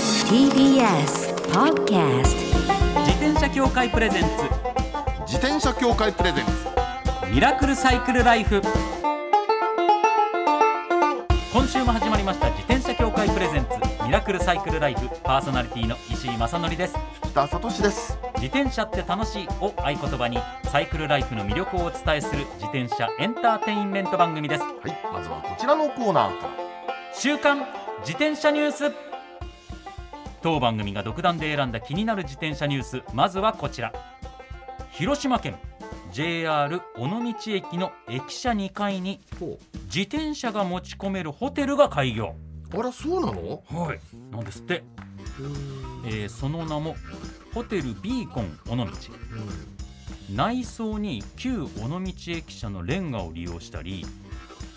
TBS Podcast 自転車協会プレゼンツ自転車協会プレゼンツミラクルサイクルライフ今週も始まりました自転車協会プレゼンツミラクルサイクルライフパーソナリティの石井正則です北里志です自転車って楽しいを合言葉にサイクルライフの魅力をお伝えする自転車エンターテインメント番組ですはいまずはこちらのコーナーから週刊自転車ニュース当番組が独断で選んだ気になる自転車ニュースまずはこちら広島県 JR 尾道駅の駅舎2階に自転車が持ち込めるホテルが開業あらそうなのはいなんですって、えーその名もホテルビーコン尾道内装に旧尾道駅舎のレンガを利用したり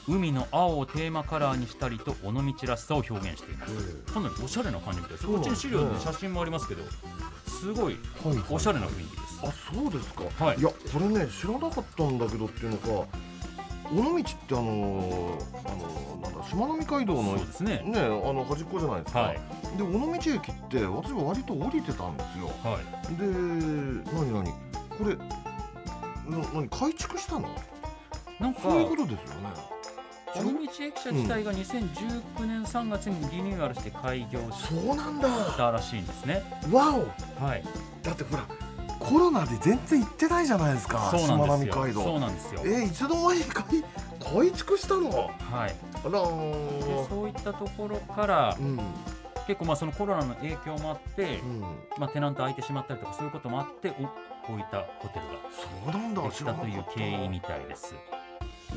海の青をテーマカラーにしたりと尾道らしさを表現していますかなりおしゃれな感じみたいですこっちに資料の写真もありますけどすごいはいおしゃれな雰囲気ですあそうですか、はいやこれね知らなかったんだけどっていうのか尾道ってあのーあのーなんだしまなみ海道のそうですねねあの端っこじゃないですか、はいで尾道駅って私は割と降りてたんですよはいで何何これな何改築したのなんかそういうこ尾とですよね道駅舎自体が2019年3月にリニューアルして開業しそうなんだたらしいんですねわおはいだってほらコロナで全然行ってないじゃないですかそうしまななんでみすよ海そう道なんですよえー、一度前に改改築したのはいあらでーそういったところからうんうん結構まあそのコロナの影響もあって、まあ、テナント空いてしまったりとかそういうこともあっておこういったホテルそうなんがだで知きらたなとかっいうた経緯みたいです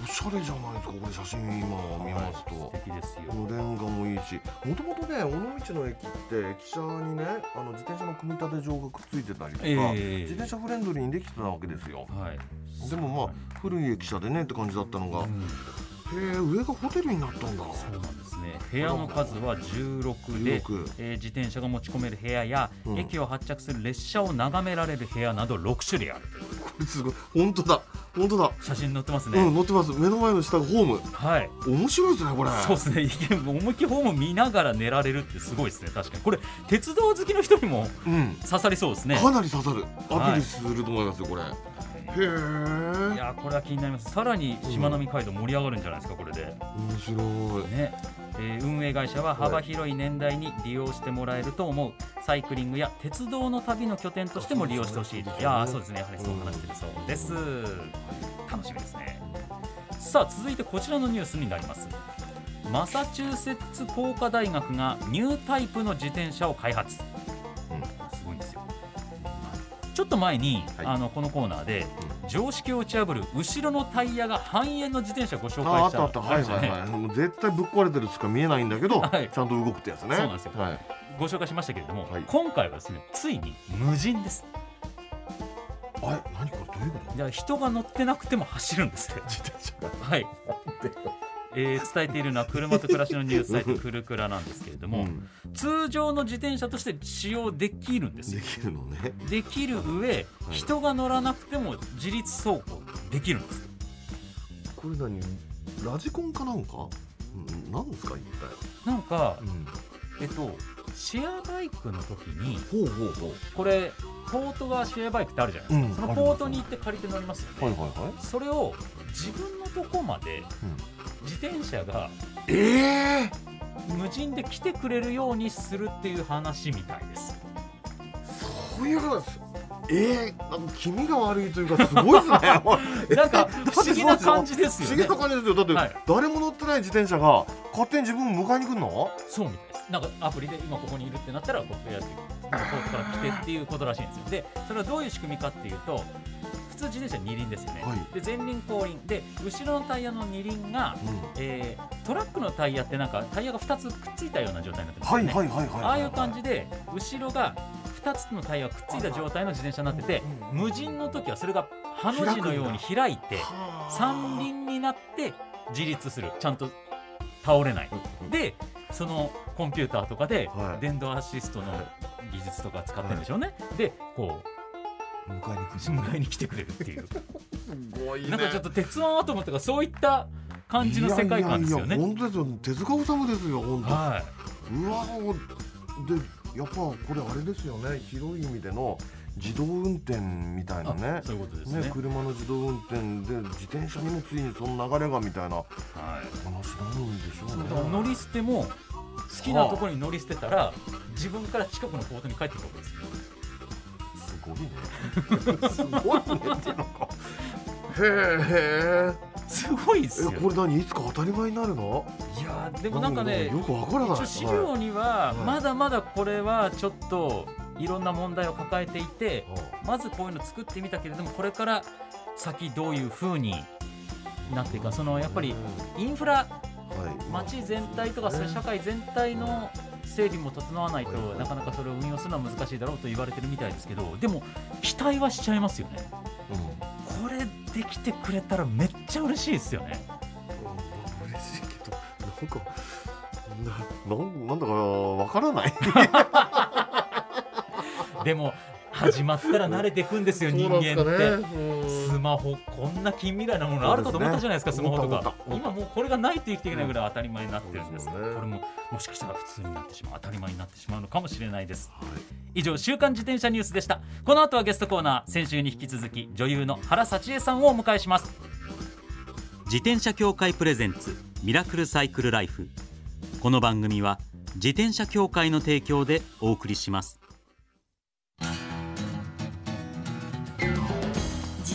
おしゃれじゃないですかこれ写真今見ますと、素敵ですよこのレンガもいいしもともとね尾道の駅って駅舎にねあの自転車の組み立て場がくっついてたりとか、ええ自転車フレンドリーにできてたわけですよはいでもまあ古い駅舎でねって感じだったのが、うへんえ上がホテルになったんだそうなんですね部屋の数は16で16えー自転車が持ち込める部屋や、うん駅を発着する列車を眺められる部屋など6種類あるというこれすごい本当だ本当だ、写真載ってますね、うん乗ってます目の前の下がホームはい面白いですねこれそうですねいけ思いっきりホーム見ながら寝られるってすごいですね確かにこれ鉄道好きの人にもうん刺さりそうですねかなり刺さるはいアピールすると思いますよこれ、へえいやーこれは気になりますさらにしまなみ海道盛り上がるんじゃないですかこれで面白いね、えー運営会社は幅広い年代に利用してもらえると思うサイクリングや鉄道の旅の拠点としても利用してほしいいそうですねやーそうですねやはりそう話してるそうです楽しみですねさあ続いてこちらのニュースになりますマサチューセッツ工科大学がニュータイプの自転車を開発、うんすごいんですよちょっと前に、はいあのこのコーナーで、常識を打ち破る後ろのタイヤが半円の自転車をご紹あ介あっしたたあったはいりましたはいねはいもう絶対ぶっ壊れてるしか見えないんだけど、はいちゃんと動くってやつねそうなんですよはい、ご紹介しましたけれども、はい今回はですねついに無人ですあれ何これどういうことじゃあ人が乗ってなくても走るんですって自転車がはい、えー伝えているのは車と暮らしのニュースサイトくるくらなんですけれども、うん通常の自転車として使用できるんですでよきるのねできる上はい人が乗らなくても自立走行できるんですよこれ何ラジコンかなんか、うん、なんですか一なんか体、うえん、っとシェアバイクの時にほうほうほうこれポートがシェアバイクってあるじゃないですか、うんそのポートに行って借りて乗りますよね、はいはいはい、それを自分のとこまでうん、自転車がええ無人で来てくれるようにするっていう話みたいですそういうことですええなんか気味が悪いというかすごい ですねなんか不思議な感じです不よね思議な感じですよだって、はい誰も乗ってない自転車が勝手に自分を迎えに来るのそうみたいですなんかアプリで今ここにいるってなったらこうやってここから来てっていうことらしいんですよでそれはどういう仕組みかっていうと普通自転車二輪ですよね、はいで前輪後輪で後ろのタイヤの二輪が、うんえートラックのタイヤってなんかタイヤが2つくっついたような状態になってますよはいね、はいはいはいああいう感じでで後ろが2つのタイヤがくっついた状態の自転車になってて無人の時はそれがハの字のように開いて三輪になって自立するちゃんと倒れないでそのコンピューターとかではい電動アシストの技術とか使ってるんでしょうねでこ迎えにう迎えに来てくれるっていうす ごいねなんかちょっと鉄腕アトムとかそういった感じの世界観ですよいやいやいやね本当ですよ手塚治虫ですよ本当、はうわおでやっぱこれあれですよね広い意味での自動運転みたいなねあそういうことですねね車の自動運転で自転車にもついにその流れがみたいなはい話なんでしょうねだから乗り捨ても好きなところに乗り捨てたら自分から近くのポートに帰ってくるわけですよすごいねすごいねっていうのかへえすごいですよえこれ何いつか当たり前になるのいやーでもなんかねよくわからない一応資料にははいまだまだこれはちょっといろんな問題を抱えていてはまずこういうの作ってみたけれどもこれから先どういうふうになっていくかそのやっぱりインフラい街全体とかそういう社会全体の整備も整わないとなかなかそれを運用するのは難しいだろうと言われてるみたいですけどでも期待はしちゃいますよねうんこれできてくれたらめっちゃ嬉しいですよねうん嬉しいけどなんかななんなんだかわからないでも始まったら慣れていくんです よ 人間って。スてマホこんな近未来なものあるかと思ったじゃないですかそスうでマすねホとか思った思った今もうこれがないと生きていけないぐらい当たり前になってるんですうんこそうれですねももしかしたら普通になってしまう当たり前になってしまうのかもしれないです以上週刊自転車ニュースでしたこの後はゲストコーナー先週に引き続き女優の原幸恵さんをお迎えします自転車協会プレゼンツミラクルサイクルライフこの番組は自転車協会の提供でお送りします自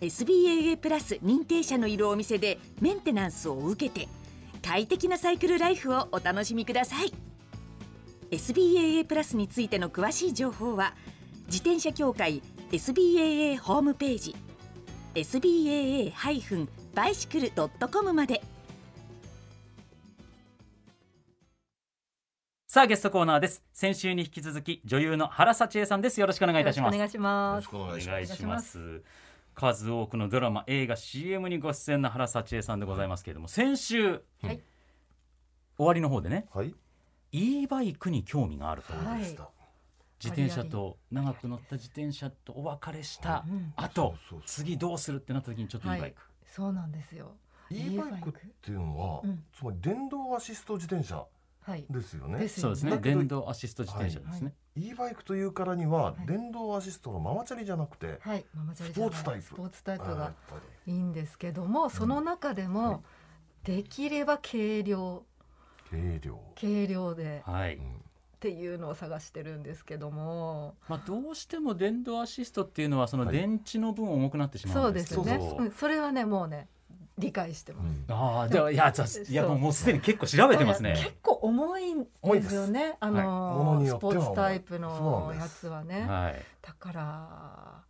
SBAA プラス認定者のいるお店でメンテナンスを受けて快適なサイクルライフをお楽しみください SBAA プラスについての詳しい情報は自転車協会 SBAA ホームページ SBAA-bicycle.com までさあゲストコーナーです先週に引き続き女優の原幸恵さんですよろしくお願いいたしますお願いしよまろすし。くお願いしおま願いいししま。ます数多くのドラマ、映画、CM にご出演の原幸恵さんでございますけれども、先週、はい終わりの方でね、すはい e バイクに興味があると、はいでした自転車と長く乗った自転車とお別れしたうんあとそうそうそう次どうするってなった時にちょっと e バはイいク、そうなんですよ。 e バイクっていうのは、うんつまり電動アシスト自転車はい。ですよねですそうですねだけど電動アシスト自転車ですね、 e バイクというからには、い電動アシストのママチャリじゃなくて、はい。ママチャリスポーツタイプスポーツタイプあーやがっぱいいんですけども、その中でも、はいできれば軽量り軽量、軽量でっはい、うんていうのを探してるんですけども、まあ、どうしても電動アシストっていうのはそのはい電池の分重くなってしまそううんでですけすど、よね。、そうそううんそれはねもうね理解してます。うんああじゃあいやざいやそうもうすでに結構調べてますね結構重いんですよね。あもののにスよってポは重いーツタイプそうなのんでやすつはね。はいだから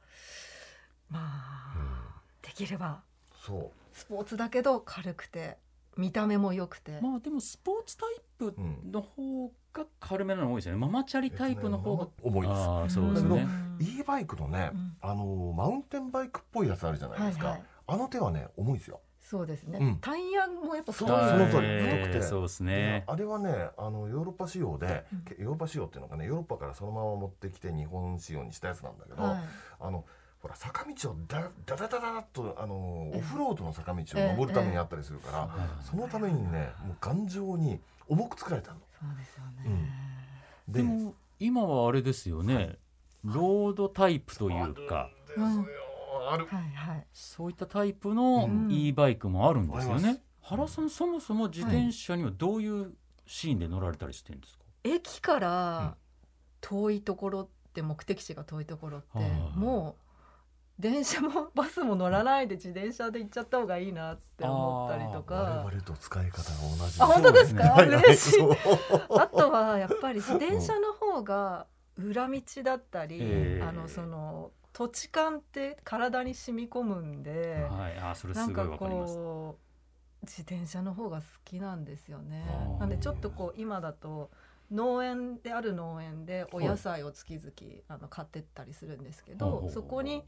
まあ、できればそスポーツだけど軽くて見た目も良くて、まあでもスポーツタイプう、うん、の方が軽めなの多いですよねママチャリタイプの方が重いですああそうですだけねど e バイクのね、うんあのーマウンテンバイクっぽいやつあるじゃないですか、はいはいあの手はね重いですよ、そうですね、うんタイヤもやっぱそうだですその通ねりえー太くてそうですねあれはねあのヨーロッパ仕様で、うんけヨーロッパ仕様っていうのがねヨーロッパからそのまま持ってきて日本仕様にしたやつなんだけど、はいあのほら坂道をだだだだだだっとあのーええオフロードの坂道を登るためにあったりするから、そのためにねもう頑丈に重く作られたの。そうですよね、うんでも今はあれですよねロードタイプというかうんあるはいはいそういったタイプのうん e バイクもあるんですよありますね原さんそもそも自転車にはどういうシーンで乗られたりしてるんですか駅から遠いところって目的地が遠いところって、はいもう電車もバスも乗らないで自転車で行っちゃった方がいいなって思ったりとか我々と使い方が同じあ本当ですか はいはい嬉しいそうあとはやっぱり自転車の方が裏道だったり、ええあのその土地勘って体に染み込むんで、はい、あーそれなすんごかいわかります。こう自転車の方が好きなんですよねあーなんでちょっとこう今だと農園である農園でお野菜を月々あの買ってったりするんですけほうほうほどうそこに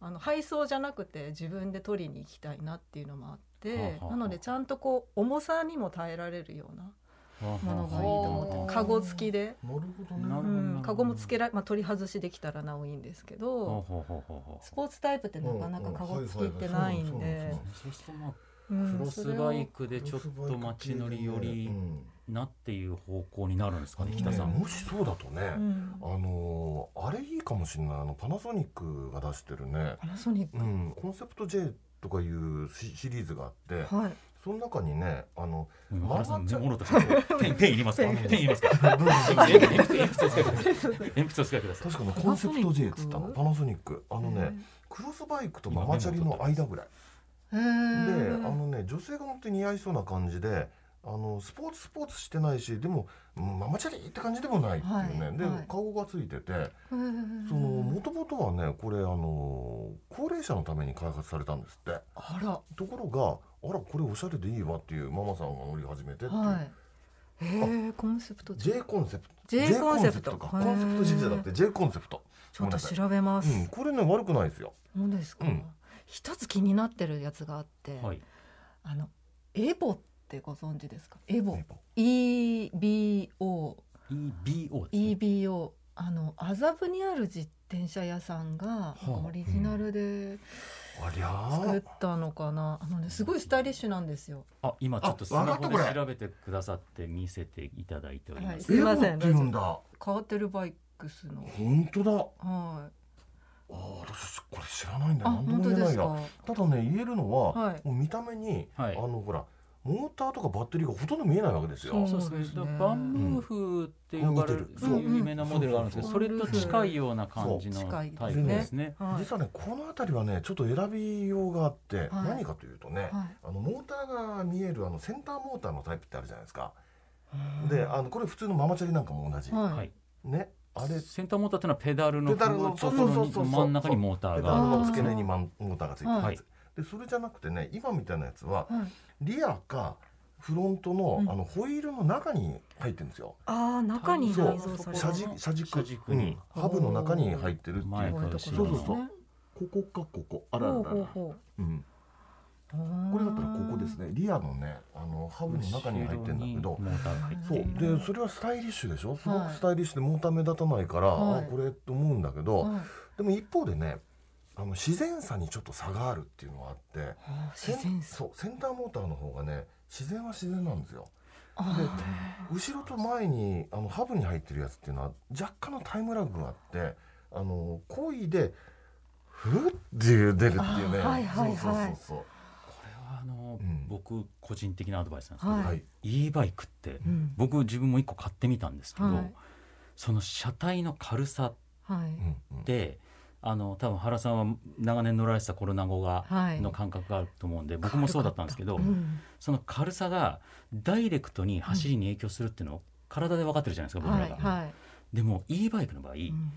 あの配送じゃなくて自分で取りに行きたいなっていうのもあっはあはてあはあなのでちゃんとこう重さにも耐えられるようなもものがいいと思ってカゴ付きで、なるほどねなるほどうん、カゴもつけられ、まあ、取り外しできたらなおいいんですけほうほうどほうほうほうスポーツタイプってなかなかカゴ付きってないんはいはいはいそうなでんですよ。そうするとまあうクんロスそれをバイクでちょっと街乗り寄りうんなっていう方向になるんですかあのねね北さん。もしそうだとね、うんあのーあれいいかもしれないあのパナソニックが出してるね、パナソニッうん、コンセプト J とかいうシシリーズがあってク。はい。その中にねあのうん原さんメモろうとしてますペンペンいりますか？ペンペンいりますか？鉛筆鉛筆を使いください。鉛筆を使いください。確かにコンセプト J っつったのパパナソニックあのねクロスバイクとママチャリの間ぐらいへー。であへーのね女性が乗って似合いそうな感じであのスポーツスポーツしてないしでもうんママチャリって感じでもないっていうね、はいで、はいカゴがついててへーそのもともとはねこれあの高齢者のために開発されたんですってあら。ところがあらこれおしゃれでいいわっていうママさんが乗り始めてっていう、はい。へえ、コンセプト。 J コンセプト J コンセプトかコンセプト J じゃなくて J コンセプトちょっと調べまうす。んこれね悪くないですよそうですかうん。一つ気になってるやつがあって、はい。あのエボってご存知ですか？エボエボ。 E B O EBO ですね。 EBO あの麻布にある自転車屋さんがあオリジナルでありゃ作っーたのかな。あのねすごいスタイリッシュなんですよ。あ今ちょっとスあマわかホったこれで調べてくださって見せていただいております。すいませんエボって言うんだカーテルバイクスの。本当だはい。あー私これ知らないんだあよ何とも本言当えでないすやか。ただね言えるのは、はいもう見た目に、はいあのほらモーターとかバッテリーがほとんど見えないわけですよ。そうそうでですすねね。バンブーフって呼ばれうん似るてるそういう有名なモデルがあるんですけど、うんそれと近いような感じのそタう近イいプですね。はい。実はねこの辺りはねちょっと選びようがあって、はい何かというとね、はいあのモーターが見えるあのセンターモーターのタイプってあるじゃないですか。であのこれ普通のママチャリなんかも同じ、はいはい。ねあれセンターモーターっていうのはペダルのペダルのこうそうそうそうそとうころに真ん中にモーターペがダある。ルの付け根にマンモーターがついてるやつ、はいでそれじゃなくてね今みたいなやつははい。リアかフロントの,、うんあのホイールの中に入ってるんですよ。ああ中にそう内蔵され車軸て車軸車軸にうんハブの中に入ってるってい前うかこういうらところですね。後ろそうそうそうここかここあららほうらほうら、ほうん、う。これだったらここです。ねリアのねあのハブの中に入ってるんだけど後ろにモーターが入っそうている。でそれはスタイリッシュでしょすごはくいスタイリッシュでモーター目立たないから、はいあこれと思うんだけど、はい。でも一方でねあの自然さにちょっと差があるっていうのがあってあー自然さ。そうセンターモーターの方がね自然は自然なんですよあ後ろと前にあのハブに入ってるやつっていうのは若干のタイムラグがあってあの行為でふーっていう出るっていうねあはいはいはいそうそうそうこれはあのうん僕個人的なアドバイスなんですはそういはい E バイクってーうん僕自分も一個買ってみたんですけどはい、その車体の軽さはうい。んうんであの多分原さんは長年乗られてたコロナ後がはいの感覚があると思うんで、僕もそうだったんですけど、うんその軽さがダイレクトに走りに影響するっていうのを体で分かってるじゃないですか僕はらいが、はでも e バイクの場合、い。うん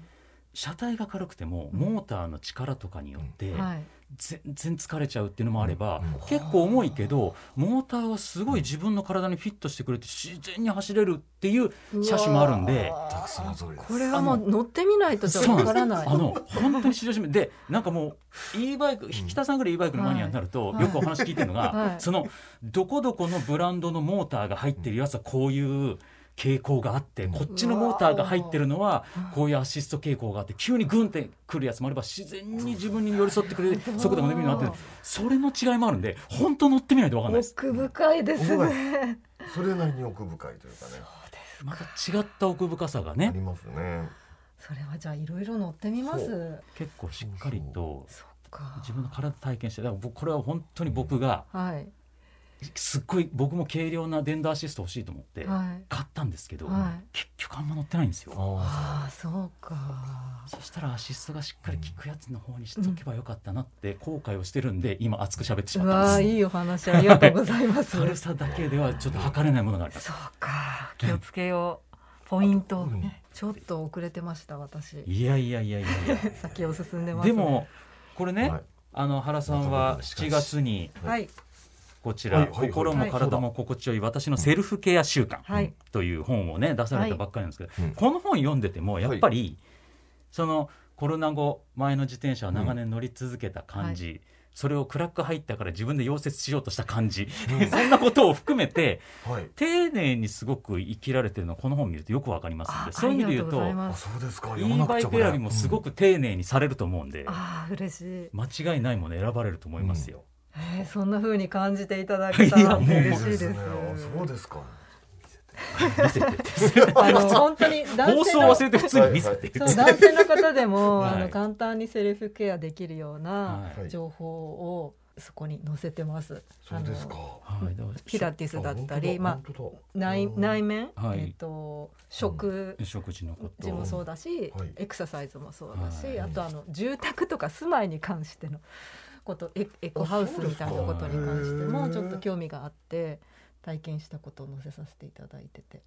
車体が軽くてもうんモーターの力とかによってはい。全然疲れちゃうっていうのもあれば、うん結構重いけどモーターがすごい自分の体にフィットしてくれて自然に走れるっていう車種もあるんでうわー全くその通りですこれはもう乗ってみないとじゃそうなわかんでらすない。あの本当に至上主義でなんかもう E バイク北さんぐらい E バイクのマニアになると、はいよくお話聞いてるのが、はいそのどこどこのブランドのモーターが入ってるやつはこういう傾向があって、うんこっちのモーターが入ってるのはうんこういうアシスト傾向があって急にグンってくるやつもあれば自然に自分に寄り添ってくれる速度が伸びるようになってるそれの違いもあるんで本当乗ってみないと分かんないです。奥深いです奥ね。それなりに奥深いというかねまた違った奥深さがありねますねそれはじゃあいろいろ乗ってみます。そ結構しっかりとそっか。自分の体体験してだから僕これは本当に僕がはい。すっごい僕も軽量な電動アシスト欲しいと思ってはい買ったんですけど、はい結局あんま乗ってないんですよ。あああそうかそしたらアシストがしっかり効くやつの方にしとけばよかったなって後悔をしてるんで今熱く喋ってしまうったわんーですいいお話ありがとうございます軽さだけではちょっと測れないものがありますそうか気をつけようポイント、うんちょっと遅れてました私いやいやいやいやい や先を進んでます、でもこれね、はいあの原さんは7月にはいこちら、はいはいはい心も体も心地よい私のセルフケア習慣はいという本をね出されたばっかりなんですけど、はいうんこの本読んでてもやっぱり、そのコロナ後前の自転車は長年乗り続けた感じ、それをクラック入ったから自分で溶接しようとした感じ、そんなことを含めてあはい丁寧にすごく生きられてるのはこの本見るとよくわかりますのあであそういうり意味がでと言ううございとますそうですか e バイク選びもすごくく丁寧にされると思うんで、ああ嬉しい、間違いないもの選ばれると思いますよ。えー、そんな風に感じていただけたいらやもう嬉しいですそうですか見せてって あの本当に放男性送の忘れて普通に見せてってそう男性の方で も、はいあの簡単にセルフケアできるようなはい情報をそこに載せてます。そうですかあのはいどうぞピラティスだったり、まああ内内面、はいえっ、と食食事のこと事もそうだし、はいエクササイズもそうだし、はいあとあの住宅とか住まいに関してのことエエコハウスみたいなことに関してあそもうですかちょっと興味があって体験したことを載せさせていただいてて、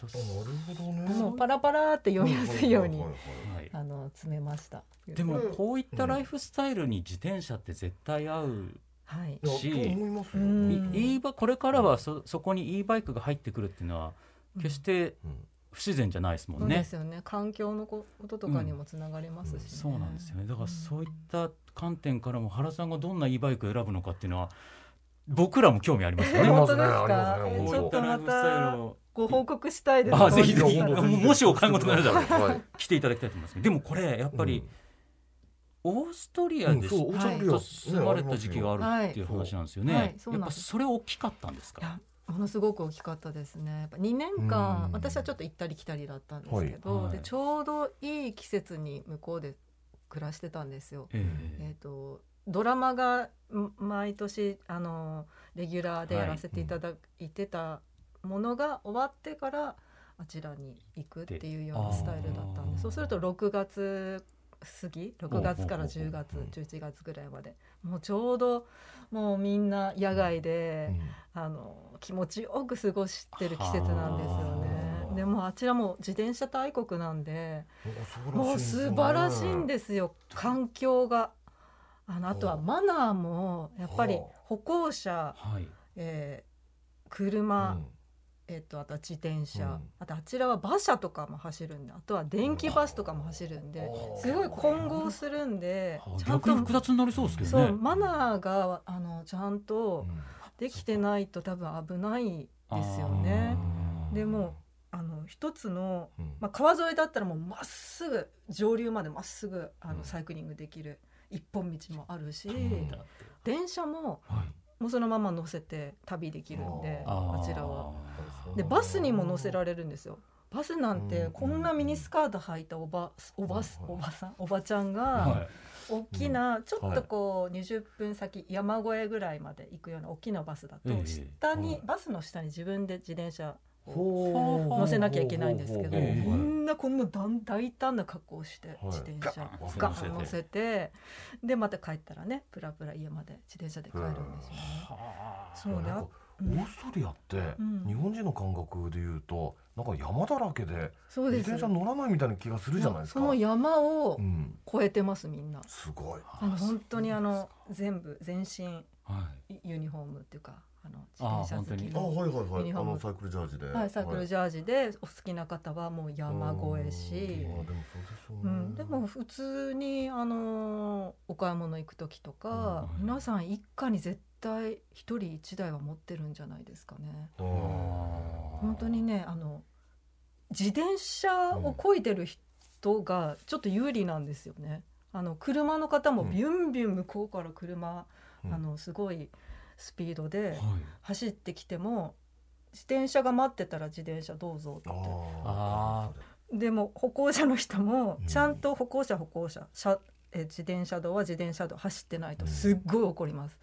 なるほどねもうパラパラって読みやすいようにはははいあの詰めました。でもうんこういったライフスタイルに自転車って絶対合う、はいはいはいしいやと思いますうよんい e バこれからはそそこに e バイクが入ってくるっていうのは決してうん不自然じゃないですもそんうでね。すよね環境のここととかにもつながりますし、ねそうなんですよねだからそういっった観点からも原さんがどんな e バイクを選ぶのかっていうのは僕らも興味ありますよありね。ま本す当ねですありかますねえ本当ちょっとまたをご報告したいですあぜひいぜやひ本当もぜうひもしお買い求められたらはい来ていただきたいと思いますけどでもこれやっぱりオーストリアでうんそうオーずストっリアと住まれた時期があるっていうはい話なんですよはねい。そうやっなんぱですそれ大きかったんですいか。やものすごく大きかったですねやっぱ2年間うん私はちょっと行ったり来たりだったんですけど、はいはいでちょうどいい季節に向こうで暮らしてたんですよ。ええー、とドラマがん毎年あのレギュラーでやらせていただいてたものが終わってからあちらに行くっていうようなスタイルだったんあでーそうすると6月過ぎ6月から10月うん11月ぐらいまでもうちょうどもうみんな野外で、あの気持ちよく過ごしてる季節なんですよはあね。でもあちらも自転車大国なんで。ももう素晴らしいんでですよ環境があのあとはマナーもやっぱりはあ歩行者、はい。えーす車、ねえっとあとは自転車、うんあとあちらは馬車とかも走るんであとは電気バスとかも走るんで、すごい混合するんで、あちゃん逆に複と。雑になりそうですけどそね。うマナーがあのちゃんとできてないと多分危ないですよね。あーでもあの一つのうんまあ、川沿いだったらもうまっすぐ上流までまっすぐあうんのサイクリングできる一本道もあるし、んだって電車もはいもうそのまま乗せて旅できるんであちらは。あでバスにも乗せられるんですよ。バスなんうてんこんなミニスカート履いたおばおばうんおばさんおばちゃんーがは大きなちょっとこう20分先山越えぐらいまで行くような大きなバスだとええ下はにいバスの下に自分で自転車ほう乗せなきゃいけないんですけど、ほうほうほうみんなこんな大大胆な格好をして自転車、はいガガーーンン乗せてでまた帰ったらねプラプラ家まで自転車で帰るんですよね。あそうねなんかオうんーストリアってうん日本人の感覚で言うとなんか山だらけでそう自です転車乗らないみたいな気がするじゃないですか。もうその山をうん越えてますみんな。すごい。あのそう本当にあの全部全身はいユニフォームっていうかあの自転車好きあのはいはいはユニい。フォあームのサイクルジャージで。はい、サイクルジャージでお好きな方はもう山越えしうんあでもそうでしょううねん、でも普通に、あのーお買い物行く時とか、うん皆さん一家に絶対一人一台は持ってるんじゃないですかね。ああー本当にねあの自転車を漕いでる人がちょっと有利なんですよね。あの車の方もうんビュンビュン向こうから車、うんあのすごいスピードではい走ってきても自転車が待ってたら自転車どうぞってあーあでも歩行者の人もうんちゃんと歩行者歩行者車え自転車道は自転車道走ってないとすっごい怒ります。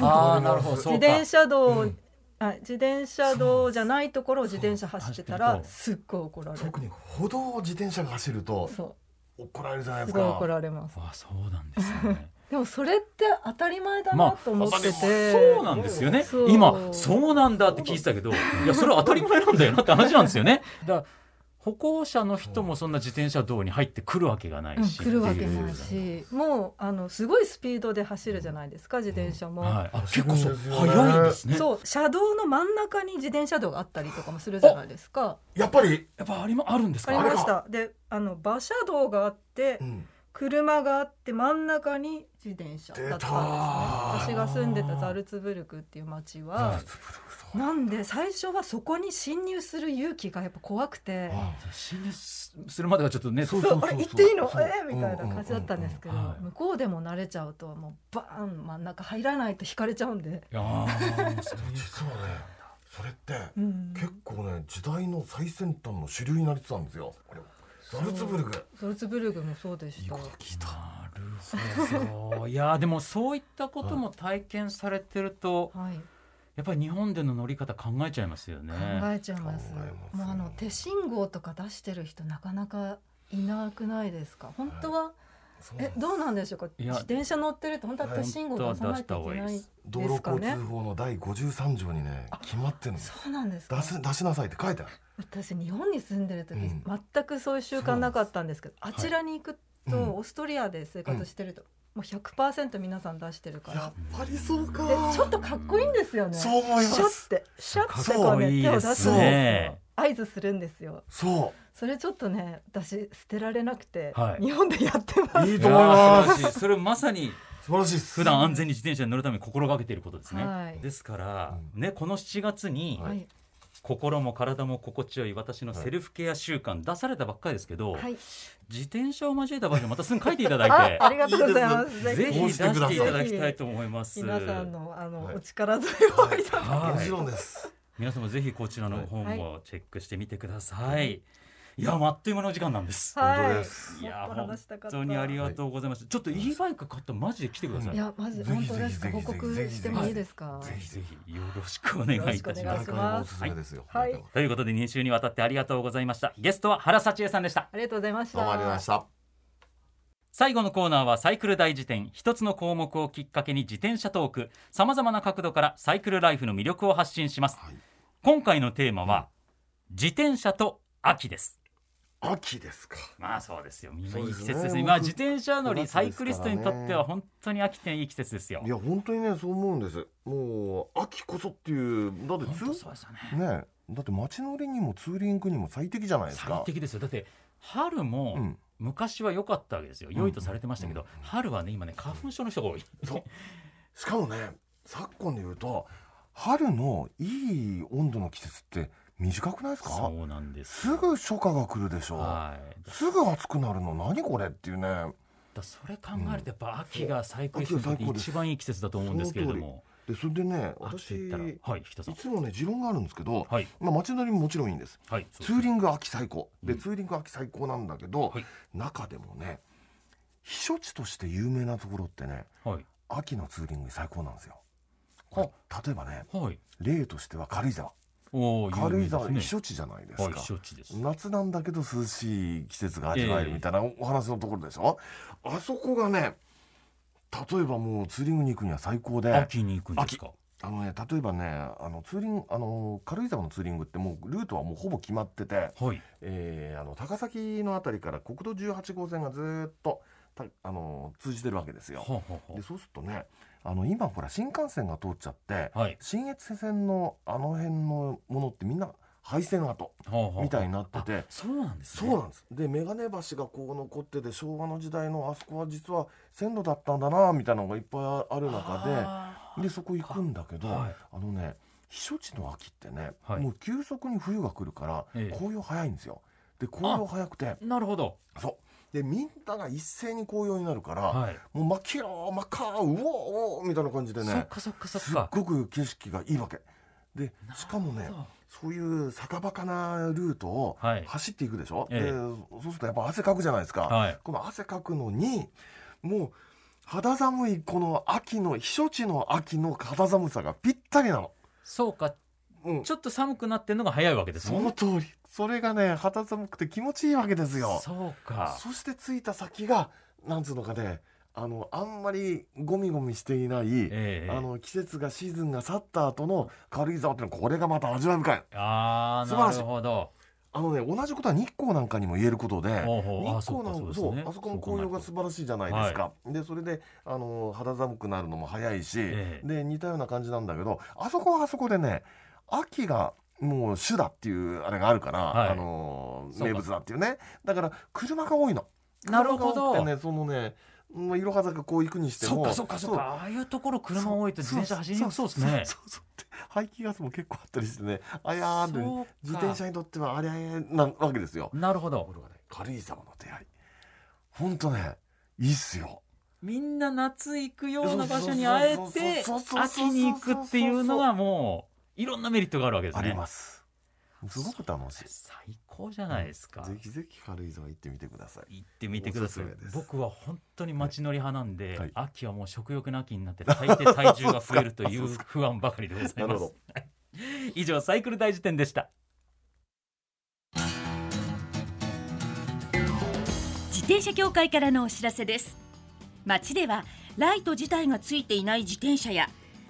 ああなるほど自そうか転車道、うんあ自転車道じゃないところを自転車走ってそたうら走すっごい怒られる特に歩道を自転車が走るとそ怒られるじゃないうですすごいか怒られますわあそうなんですねでもそれって当たり前だまなあと思ってて、そうなんですよねそう今そうなんだって聞いてたけどいやそれは当たり前なんだよなって話なんですよ ねだから歩行者の人もそんな自転車道に入ってくるわけがなうんいし、来るわけないっていうしもうあのすごいスピードで走るじゃないですか自転車も、はい、あそ結う構ですそようね早いんですねそう車道の真ん中に自転車道があったりとかもするじゃないですかやっぱり、やっぱあれもあるんですあかりあれまかしたであの馬車道があって、うん、車があって真ん中に自転車だ出ったんですねたー私が住んでたザルツブルクっていう町は、はいなんで最初はそこに侵入する勇気がやっぱ怖くて、侵入するまでがちょっとねそうそうあれ行っていいのそうえーみたいな感じだったんですけど、うんうんうんうんはい向こうでも慣れちゃうともうバーン真ん中入らないと引かれちゃうんで、いやーでも実はねそれってうん、結構ね時代の最先端の主流になりつつあるんですよこれはザルツブルクザルツブルクもそうでしたなるほどいやーでもそういったことも体験されてるとはいやっぱり日本での乗り方考えちゃいますよね考えちゃいます考えますもうあの手信号とか出してる人なかなかいなくないですか本当は、そうえどうなんでしょうかい自や転車乗ってると本当は手信号出さないといけない道で路すか交ね通法の第53条にね決まってるんですそうなんです出かす出しなさいって書いてある私日本に住んでる時、うん全くそういう習慣なかったんですけどあうなんですちらに行くと、はいうんオーストリアで生活してると、もう100%皆さん出してるからぱりそうかでちょっとかっこいいんですよねそう思いまシャすッてシャッてかこっうこいねい手をで出すんですすよね合図するんですよそそれちょっとね私捨てられなくて、はい日本でやってますういいいと思いますやー素晴らしいそれまさに素晴らしいです普段安全に自転車に乗るために心がけていることですね、はいですから、ねこの7月にはい心も体も心地よい私のセルフケア習慣出されたばっかりですけど、はい、自転車を交えた場合にまたすぐ書いていただいあてありがとうございますいいですねぜひどう出ししててくださいいただきたいと思います。皆さんのあの、はいお力添えをいただきたいはいもちろんです皆さんもぜひこちらの本をチェックしてみてください。い、や、あっという間のお時間なんです。はい、本当ですいや、もっと本話したかった当にありがとうございました。ちょっと E バイク買ったらマジで来てください。いやマジぜ本ひ当ですかぜ報ひぜひ告ぜひしてもいいですかぜひぜひよろしくお願いいたしおま願す。い大し会ますもおすすめですよは大い会もということで2週にわたってありがとうございました。ゲストは原幸恵さんでした。ありがとうございましたどうもありがとうございました最後のコーナーはサイクル大辞典一つの項目をきっかけに自転車トークさまざまな角度からサイクルライフの魅力を発信します、はい今回のテーマは、自転車と秋です秋ですかまあそうですよみんなそいういで季すね節ですねまあ自転車乗九月りですかサらイねクリストにとっては本当に秋っていい季節ですよいや本当にねそう思うんですもう秋こそっていうだって本ツ当ーそうですよねねだって街乗りにもツーリングにも最適じゃないです最か適ですよだって春も、うん昔は良かったわけですよ良いとされてましたけど、春はね今ね花粉症の人が多いそうしかもね昨今で言うと春のいい温度の季節って短くないですかそうなんですすぐ初夏が来るでしょはいすぐ暑くなるの何これっていうねだそれ考えるとやっぱ秋が最高にとって秋が最高です一番いい季節だと思うんですけれどもでそれでね秋私と言ったらいはい日田さんつもね持論があるんですけど、はいまあ、街乗りももちろんいいんですはいツーリング秋最高で、うんツーリング秋最高なんだけど、はい中でもね避暑地として有名なところってねはい秋のツーリング最高なんですよこれ例えばねはい例としては軽井沢おお軽井沢避緒暑地じゃないですか、はい避暑地です夏なんだけど涼しい季節が味わえるみたいなお話のところでしょ、あそこがね例えばもうツーリングに行くには最高で秋に行くんですかあのね例えばねあのツーリングあの軽井沢のツーリングってもうルートはもうほぼ決まってて、はいえーあの高崎のあたりから国道18号線がずーっとたあの通じてるわけですよは。あはあはでそうするとねあの今ほら新幹線が通っちゃってあはい新越線のあの辺のものってみんな廃線跡はあはあみたいになっててあそうなんですそうなんですで眼鏡橋がこう残ってて昭和の時代のあそこは実は線路だったんだなみたいなのがいっぱいある中中ででそこ行くんだけど、はいあのね避暑地の秋ってね、はいもう急速に冬が来るからええ紅葉早いんですよ。で紅葉早くてなるほどそうでみんなが一斉に紅葉になるから、はいもう真っ黄色真っ赤うおーうおーみたいな感じでそっねかそっかそっすっかごく景色がいいわけ。でしかもねそういう坂バカなルートをはい走っていくでしょ、ええでそうするとやっぱ汗かくじゃないですか、はいこの汗かくのにもう肌寒いこの秋の避暑地の秋の肌寒さがぴったりなの、そうかうん、ちょっと寒くなってるのが早いわけですそもんのね通りそれがね肌寒くて気持ちいいわけですよそうかそして着いた先がなんつうのかねあのあんまりゴミゴミしていない、ええあの季節がシーズンが去った後の軽井沢っていうのはこれがまた味わい深いあー素晴ならしいるほどあのね同じことは日光なんかにも言えることでほうほうあ日光なそんうかかそそううですねあそこも紅葉が素晴らしいじゃないですかでそれであの肌寒くなるのも早いしええで似たような感じなんだけどあそこはあそこでね秋がもう主だっていうあれがあるから、はいあのそうか名物だっていうねだから車が多いの。なるほ車が多どくてねそのねもういろは坂こう行くにしてもそうかそうかそうかああいうところ車多いと自転車走りにくそうですねそうそうそう排気ガスも結構あったりしてねあやーるそうか自転車にとってはあれなわけですよ。なるほど俺はね軽井沢の出会いほんとねいいっすよ。みんな夏行くような場所にあえてそうそうそうそうそうそう秋に行くっていうのはもういろんなメリットがあるわけですあねります。すごく楽しい。最高じゃないですかぜひぜひ軽井沢行ってみてください。行ってみてくださいおすすめです僕は本当に街乗り派なんで、はい秋はもう食欲の秋になって大抵体重が増えるという不安ばかりでござい なるまほすど。以上サイクル大辞典でした自転車協会からのお知らせです街ではライト自体がついていない自転車や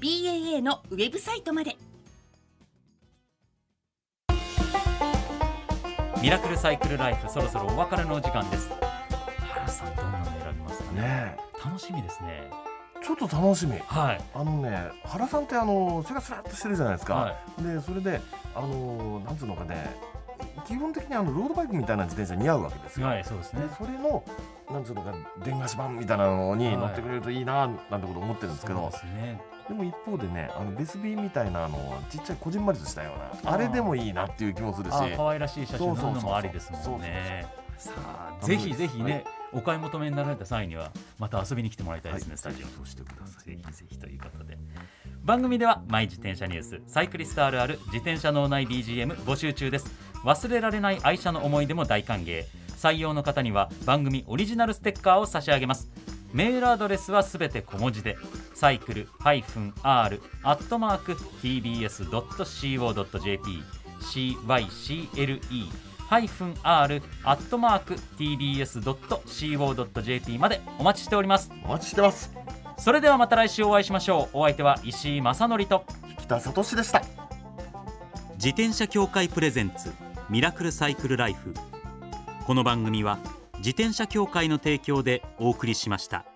BAA のウェブサイトまでミラクルサイクルライフそろそろお別れのお時間です原さんどんなの選びますかねね楽しみですねえちょっと楽しみ。はいあのね原さんってあの背がスラッとしてるじゃないですか。はでそれであのなんつうのかね基本的にあのロードバイクみたいな自転車似合うわけですい、よ。はい、そうですでねそれのなんつうのか電話版みたいなのはいに乗ってくれるといいななんてこと思ってるんですけど、そうですねでも一方でねあのベスビーみたいなあのちっちゃいこじんまりとしたようなあれでもいいなっていう気もするしあー可愛らしい写真撮るのもありですそうもそんうそうねさああぜひぜひはねい、お買い求めになられた際にはまた遊びに来てもらいたいですね、スタジオにそうしてくださいぜひぜひということで番組ではマイ自転車ニュースサイクリストあるある自転車脳内 BGM 募集中です忘れられない愛車の思い出も大歓迎採用の方には番組オリジナルステッカーを差し上げますメールアドレスはすべて小文字でサイクル -r アットマーク tbs.co.jp cycle -r アットマーク tbs.co.jp までお待ちしておりますお待ちしてますそれではまた来週お会いしましょうお相手は石井正則と北里でした自転車協会プレゼンツミラクルサイクルライフこの番組は自転車協会の提供でお送りしました。